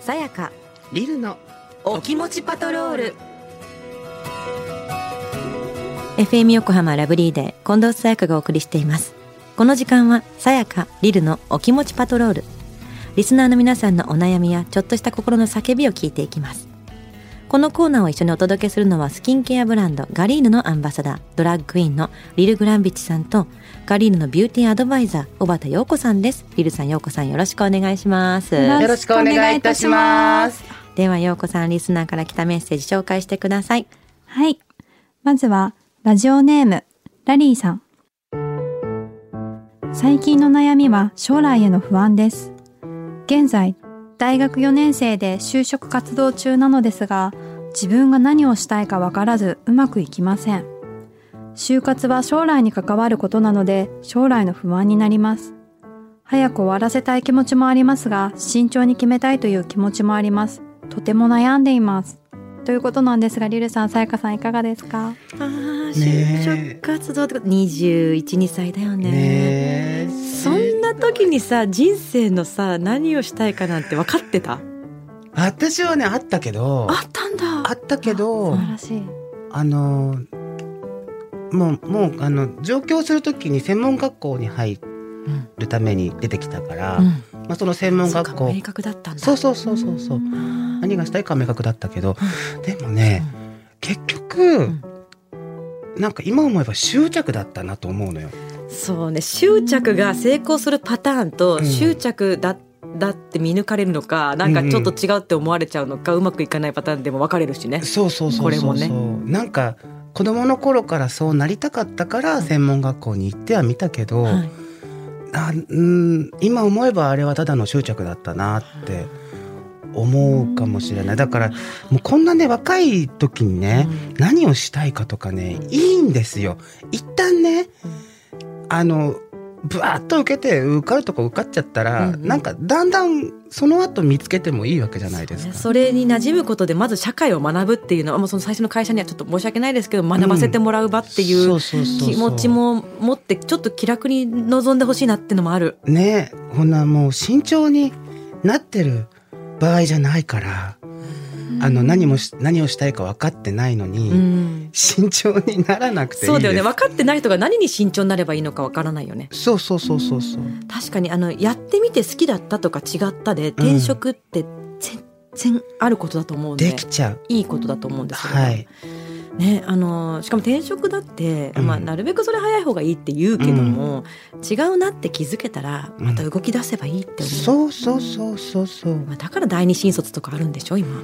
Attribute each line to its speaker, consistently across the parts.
Speaker 1: さやか
Speaker 2: リルの
Speaker 1: お気持ちパトロール FM 横浜ラブリーデー近藤さやかがお送りしていますこの時間はさやかリルのお気持ちパトロールリスナーの皆さんのお悩みやちょっとした心の叫びを聞いていきますこのコーナーを一緒にお届けするのはスキンケアブランドガリーヌのアンバサダードラッグクイーンのリル・グランビチさんとガリーヌのビューティーアドバイザー小畑陽子さんですリルさん陽子さんよろしくお願いします
Speaker 2: よろしくお願いいたします
Speaker 1: では陽子さんリスナーから来たメッセージ紹介してください
Speaker 3: はい。まずは、ラジオネーム、ラリーさん。最近の悩みは将来への不安です。現在、大学4年生で就職活動中なのですが、自分が何をしたいかわからずうまくいきません。就活は将来に関わることなので、将来の不安になります。早く終わらせたい気持ちもありますが、慎重に決めたいという気持ちもあります。とても悩んでいます。ということなんですが、リルさん、さやかさんいかがですか
Speaker 1: ああ、
Speaker 2: ねえ
Speaker 1: 就職活動ってこと212歳だよね
Speaker 2: ねえ
Speaker 1: そんな時にさ人生のさ何をしたいかなんて分かってた
Speaker 2: 私はねあったけど
Speaker 1: あったんだ
Speaker 2: あったけど
Speaker 3: 素晴らしい。
Speaker 2: あのもうもうあの上京するときに専門学校に入
Speaker 1: うん
Speaker 2: るために出てきたから、
Speaker 1: うん
Speaker 2: まあ、その専門
Speaker 1: そう
Speaker 2: 学
Speaker 1: か
Speaker 2: 校
Speaker 1: 明確だったんだ
Speaker 2: そうそうそうそうそう何がしたいかは明確だったけどでもね、結局、
Speaker 1: ん
Speaker 2: なんか今思えば執着だったなと思うのよ。
Speaker 1: そうね執着が成功するパターンと、
Speaker 2: うん
Speaker 1: 執着だだって見抜かれるのかなんかちょっと違うって思われちゃうのか、うまくいかないパターンでも分かれるしね
Speaker 2: そうそうそうそうそう
Speaker 1: これ
Speaker 2: なんか子供の頃からそうなりたかったから専門学校に行ってはみたけど、
Speaker 1: はい
Speaker 2: あうん今思えばあれはただの執着だったなって思うかもしれないだからもうこんなね若い時にね、何をしたいかとかねいいんですよ一旦ねあのぶわっと受けて受かるとこ受かっちゃったら、
Speaker 1: うんうん
Speaker 2: なんかだんだんその後見つけてもいいわけじゃないですか。
Speaker 1: それに馴染むことでまず社会を学ぶっていうのはもうその最初の会社にはちょっと申し訳ないですけど学ばせてもらう場っていう
Speaker 2: そうそうそうそう
Speaker 1: 気持ちも持ってちょっと気楽に臨んでほしいなってのもある
Speaker 2: ねほんなもう慎重になってる場合じゃないから、あの何もし何をしたいか分かってないのに、慎重にならなくていいです
Speaker 1: そうだよね分かってない人が何に慎重になればいいのかわからないよね
Speaker 2: そうそうそうそうそう
Speaker 1: 確かにあのやってみて好きだったとか違ったで転職って全然あることだと思うんで、
Speaker 2: できちゃう、
Speaker 1: いいことだと思うんですよ、
Speaker 2: はい
Speaker 1: ね、あのしかも転職だって、
Speaker 2: うん
Speaker 1: まあ、なるべくそれ早い方がいいって言うけども、違うなって気づけたらまた動き出せばいいって思う、
Speaker 2: そうそうそうそうそう
Speaker 1: まあ、だから第二新卒とかあるんでしょ今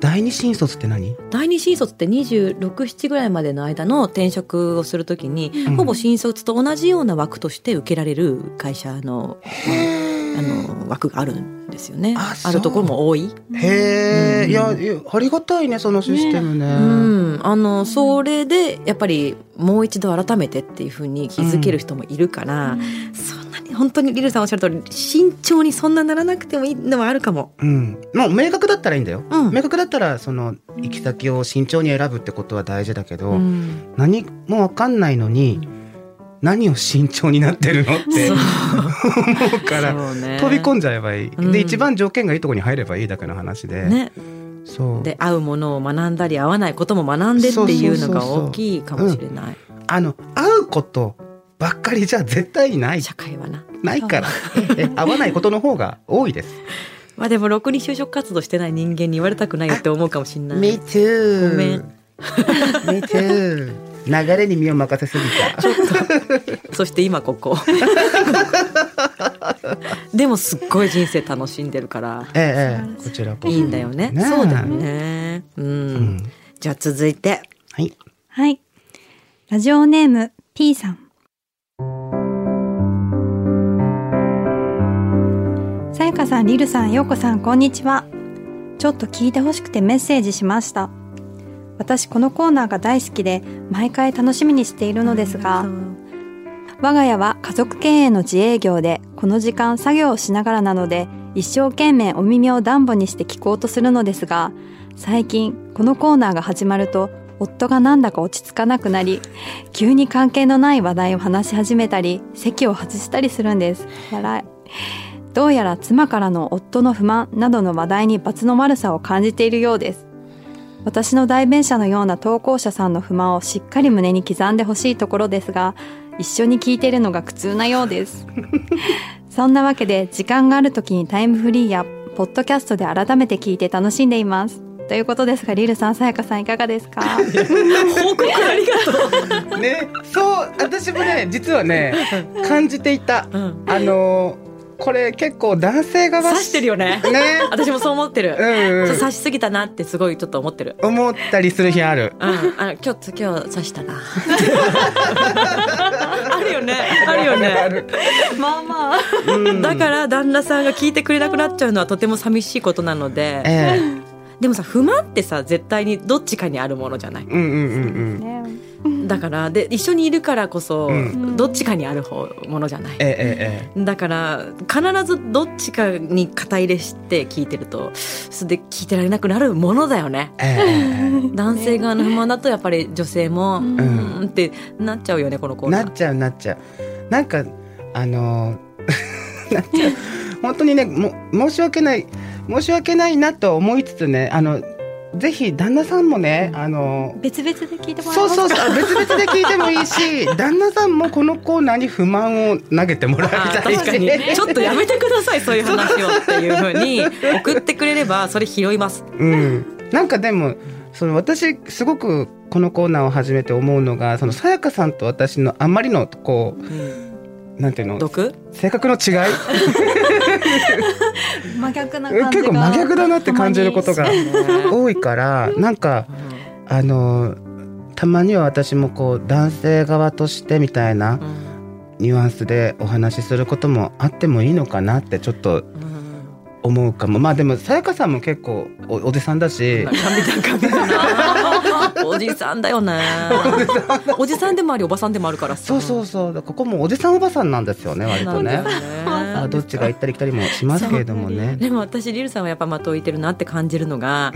Speaker 2: 第二新卒って何
Speaker 1: 第二新卒って267ぐらいまでの間の転職をするときに、
Speaker 2: うん
Speaker 1: ほぼ新卒と同じような枠として受けられる会社のあの枠があるんですよね
Speaker 2: あ
Speaker 1: あ
Speaker 2: そう
Speaker 1: るところも多い、
Speaker 2: へえ、
Speaker 1: うん
Speaker 2: いやいやありがたいねそのシステムね
Speaker 1: うん、あのそれでやっぱりもう一度改めてっていうふうに気づける人もいるから、そんなに本当にリルさんおっしゃる通り慎重にそんなならなくてもいいのはあるかも。
Speaker 2: うん、もう明確だったらいいんだよ、
Speaker 1: うん
Speaker 2: 明確だったらその行き先を慎重に選ぶってことは大事だけど、
Speaker 1: うん
Speaker 2: 何もわかんないのに、何を慎重になってるのっ
Speaker 1: そ
Speaker 2: て
Speaker 1: う
Speaker 2: 思うから
Speaker 1: そうね
Speaker 2: 飛び込んじゃえばいい、
Speaker 1: うん
Speaker 2: で一番条件がいいとこに入ればいいだけの話で、
Speaker 1: ね、
Speaker 2: そう
Speaker 1: で合うものを学んだり合わないことも学んでっていうのが
Speaker 2: そうそうそうそう
Speaker 1: 大きいかもしれない
Speaker 2: あの会うことばっかりじゃ絶対ない
Speaker 1: 社会はな。
Speaker 2: ないからえ会わないことの方が多いです。
Speaker 1: まあでもろくに就職活動してない人間に言われたくないよって思うかもしれ ない。
Speaker 2: too
Speaker 1: ごめん
Speaker 2: Me too 流れに身を任せすぎた。
Speaker 1: そして今こ こ。でもすっごい人生楽しんでるから
Speaker 2: ええええこちらこそ
Speaker 1: いいんだよね。
Speaker 2: え
Speaker 1: そうだよね。うん。
Speaker 2: うん
Speaker 1: じゃあ続いて。
Speaker 2: はい。
Speaker 3: はい。ラジオネーム P さん。さやかさん、リルさん、ようこさん、こんにちは。ちょっと聞いてほしくてメッセージしました。私、このコーナーが大好きで、毎回楽しみにしているのですが、我が家は家族経営の自営業で、この時間作業をしながらなので、一生懸命お耳を暖房にして聞こうとするのですが、最近、このコーナーが始まると、夫がなんだか落ち着かなくなり、急に関係のない話題を話し始めたり、席を外したりするんです。笑い。どうやら妻からの夫の不満などの話題に罰の悪さを感じているようです私の代弁者のような投稿者さんの不満をしっかり胸に刻んでほしいところですが一緒に聞いているのが苦痛なようです そんなわけで時間がある時にタイムフリーやポッドキャストで改めて聞いて楽しんでいますということですがリルさんさやかさんいかがです か
Speaker 1: 報告ありが
Speaker 2: ね、そう私もね実はね感じていた
Speaker 1: とう。うん。
Speaker 2: あのこれ結構男性側
Speaker 1: 刺してるよね。
Speaker 2: ね
Speaker 1: 私もそう思って
Speaker 2: う
Speaker 1: る。
Speaker 2: ん、
Speaker 1: ちょっと
Speaker 2: うん、
Speaker 1: 刺しすぎたなってすごいちょっと思ってる。
Speaker 2: 思ったりする日ある
Speaker 1: うん、あ今日今日刺した な。あるよね、あるよ
Speaker 2: あ
Speaker 1: ね。
Speaker 2: る、
Speaker 3: まあまあ
Speaker 2: うん
Speaker 1: だから旦那さんが聞いてくれなくなっちゃうのはとても寂しいことなので、
Speaker 2: ええ
Speaker 1: でもさ不満ってさ絶対にどっちかにあるものじゃない。
Speaker 2: うんうんうんうん
Speaker 3: ね
Speaker 1: だからで一緒にいるからこそ、
Speaker 2: うん
Speaker 1: どっちかにある方ものじゃない
Speaker 2: え。ええ
Speaker 1: だから必ずどっちかに肩入れして聞いてるとそれで聞いてられなくなるものだよね
Speaker 2: ええええ
Speaker 1: 男性側の不満だとやっぱり女性も、
Speaker 3: うん
Speaker 1: うーんってなっちゃうよねこのコ
Speaker 2: え
Speaker 1: ーナ
Speaker 2: な
Speaker 1: ー
Speaker 2: っちゃうなっちゃうなんかあの なっちゃう本当にねも申し訳ない申し訳ないなと思いつつねあのぜひ旦那さんもねあの
Speaker 3: 別々で聞いてもらえ
Speaker 2: そ
Speaker 3: ま
Speaker 2: う
Speaker 3: すか
Speaker 2: そうそう別々で聞いてもいいし旦那さんもこのコーナーに不満を投げてもら
Speaker 1: あ
Speaker 2: い
Speaker 1: ー
Speaker 2: たいし
Speaker 1: 確かにちょっとやめてくださいそういう話をっていうふうに送ってくれればそれ拾います
Speaker 2: うん、なんかでもその私すごくこのコーナーを始めて思うのがそのさやかさんと私のあまりのこうなんていうの
Speaker 1: 毒
Speaker 2: 性格の違い
Speaker 3: 真逆な感じ
Speaker 2: 結構真逆だなって感じることが多いからなんかあのたまには私もこう男性側としてみたいなニュアンスでお話しすることもあってもいいのかなってちょっと思うかもまあでもさやかさんも結構おおじさんだし
Speaker 1: おじさんだよねおじさんでもありおばさんでもあるから
Speaker 2: そうそうそうだからここもおじさんおばさんなんですよね割とね
Speaker 1: ね。
Speaker 2: あどっちが行ったり来たりもしますけれどもね。
Speaker 1: でも私リルさんはやっぱ的を置いてるなって感じるのが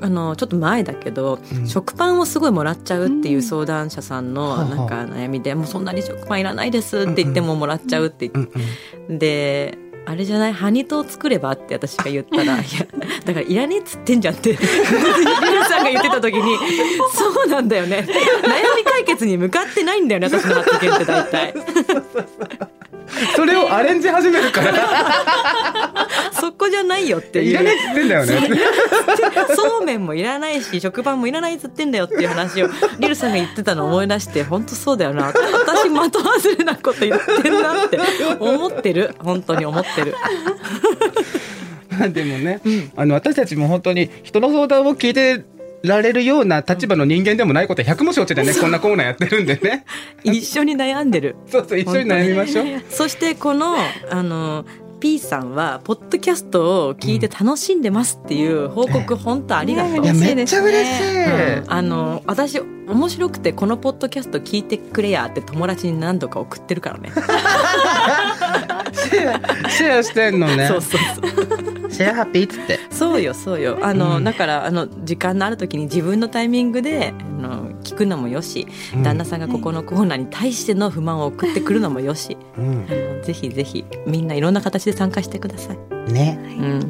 Speaker 1: あのちょっと前だけど
Speaker 2: うん
Speaker 1: 食パンをすごいもらっちゃうっていううん相談者さんの
Speaker 2: はあはあ
Speaker 1: なんか悩みで「もうそんなに食パンいらないです」って言ってももらっちゃうって
Speaker 2: うん
Speaker 1: 言
Speaker 2: う
Speaker 1: って
Speaker 2: ん
Speaker 1: で「あれじゃないハニトを作れば?」って私が言ったら「いやだからいらねえっつってんじゃん」って リルさんが言ってた時 に「そうなんだよね悩み解決に向かってないんだよね私の発言って大 体
Speaker 2: それをアレンジ始めるから
Speaker 1: そこじゃないよ」っていう。
Speaker 2: いらないっつってんだよ ね。
Speaker 1: そうめんもいらないし食パンもいらないっつってんだよっていう話をリルさんが言ってたのを思い出して本当そうだよな私的外れなこと言ってんなって思ってる本当に思ってる
Speaker 2: でもね、あの私たちも本当に人の相談を聞いてられるような立場の人間でもないこと100も承知でねこんなコーナーやってるんで ね。
Speaker 1: 一緒に悩んでる
Speaker 2: そうそう一緒に悩みましょう。
Speaker 1: そしてこのあの P さんはポッドキャストを聞いて楽しんでますっていう報告本当ありがとう、
Speaker 2: いや
Speaker 3: ね
Speaker 2: めっちゃ嬉しい。
Speaker 1: うんあの私面白くてこのポッドキャスト聞いてくれやって友達に何度か送ってるからね
Speaker 2: シェアシェアしてんのね
Speaker 1: そ。うそうそう
Speaker 2: シェアハッピーっつって。
Speaker 1: そうよそうよあの、
Speaker 2: うん
Speaker 1: だからあの時間のある時に自分のタイミングであの聞くのもよし
Speaker 2: うん
Speaker 1: 旦那さんがここのコーナーに対しての不満を送ってくるのもよし、
Speaker 2: う
Speaker 1: あ
Speaker 2: ん
Speaker 1: のぜひぜひみんないろんな形で参加してください、
Speaker 2: ね
Speaker 1: うん、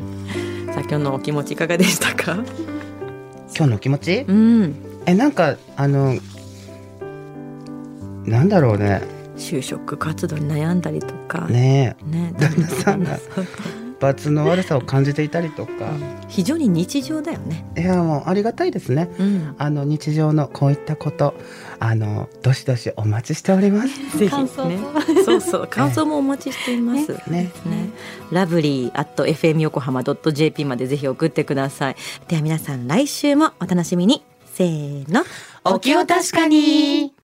Speaker 1: さあ今日のお気持ちいかがでしたか
Speaker 2: 今日のお気持ち？
Speaker 1: うん
Speaker 2: えなんかあのなんだろうね
Speaker 1: 就職活動に悩んだりとか
Speaker 2: ね
Speaker 1: ね
Speaker 2: 旦那さ んが罰の悪さを感じていたりとか、
Speaker 1: 非常に日常だよね、
Speaker 2: いやもうありがたいですね
Speaker 1: うん、
Speaker 2: あの日常のこういったことあのどしどしお待ちしております
Speaker 1: ぜひ
Speaker 3: 感想
Speaker 1: ねそうそう 感想もお待ちしています、
Speaker 2: ね
Speaker 1: ね、ラブリー at fm 横浜 .jp までぜひ送ってください。では皆さん来週もお楽しみに。せーの。
Speaker 2: お気を確かに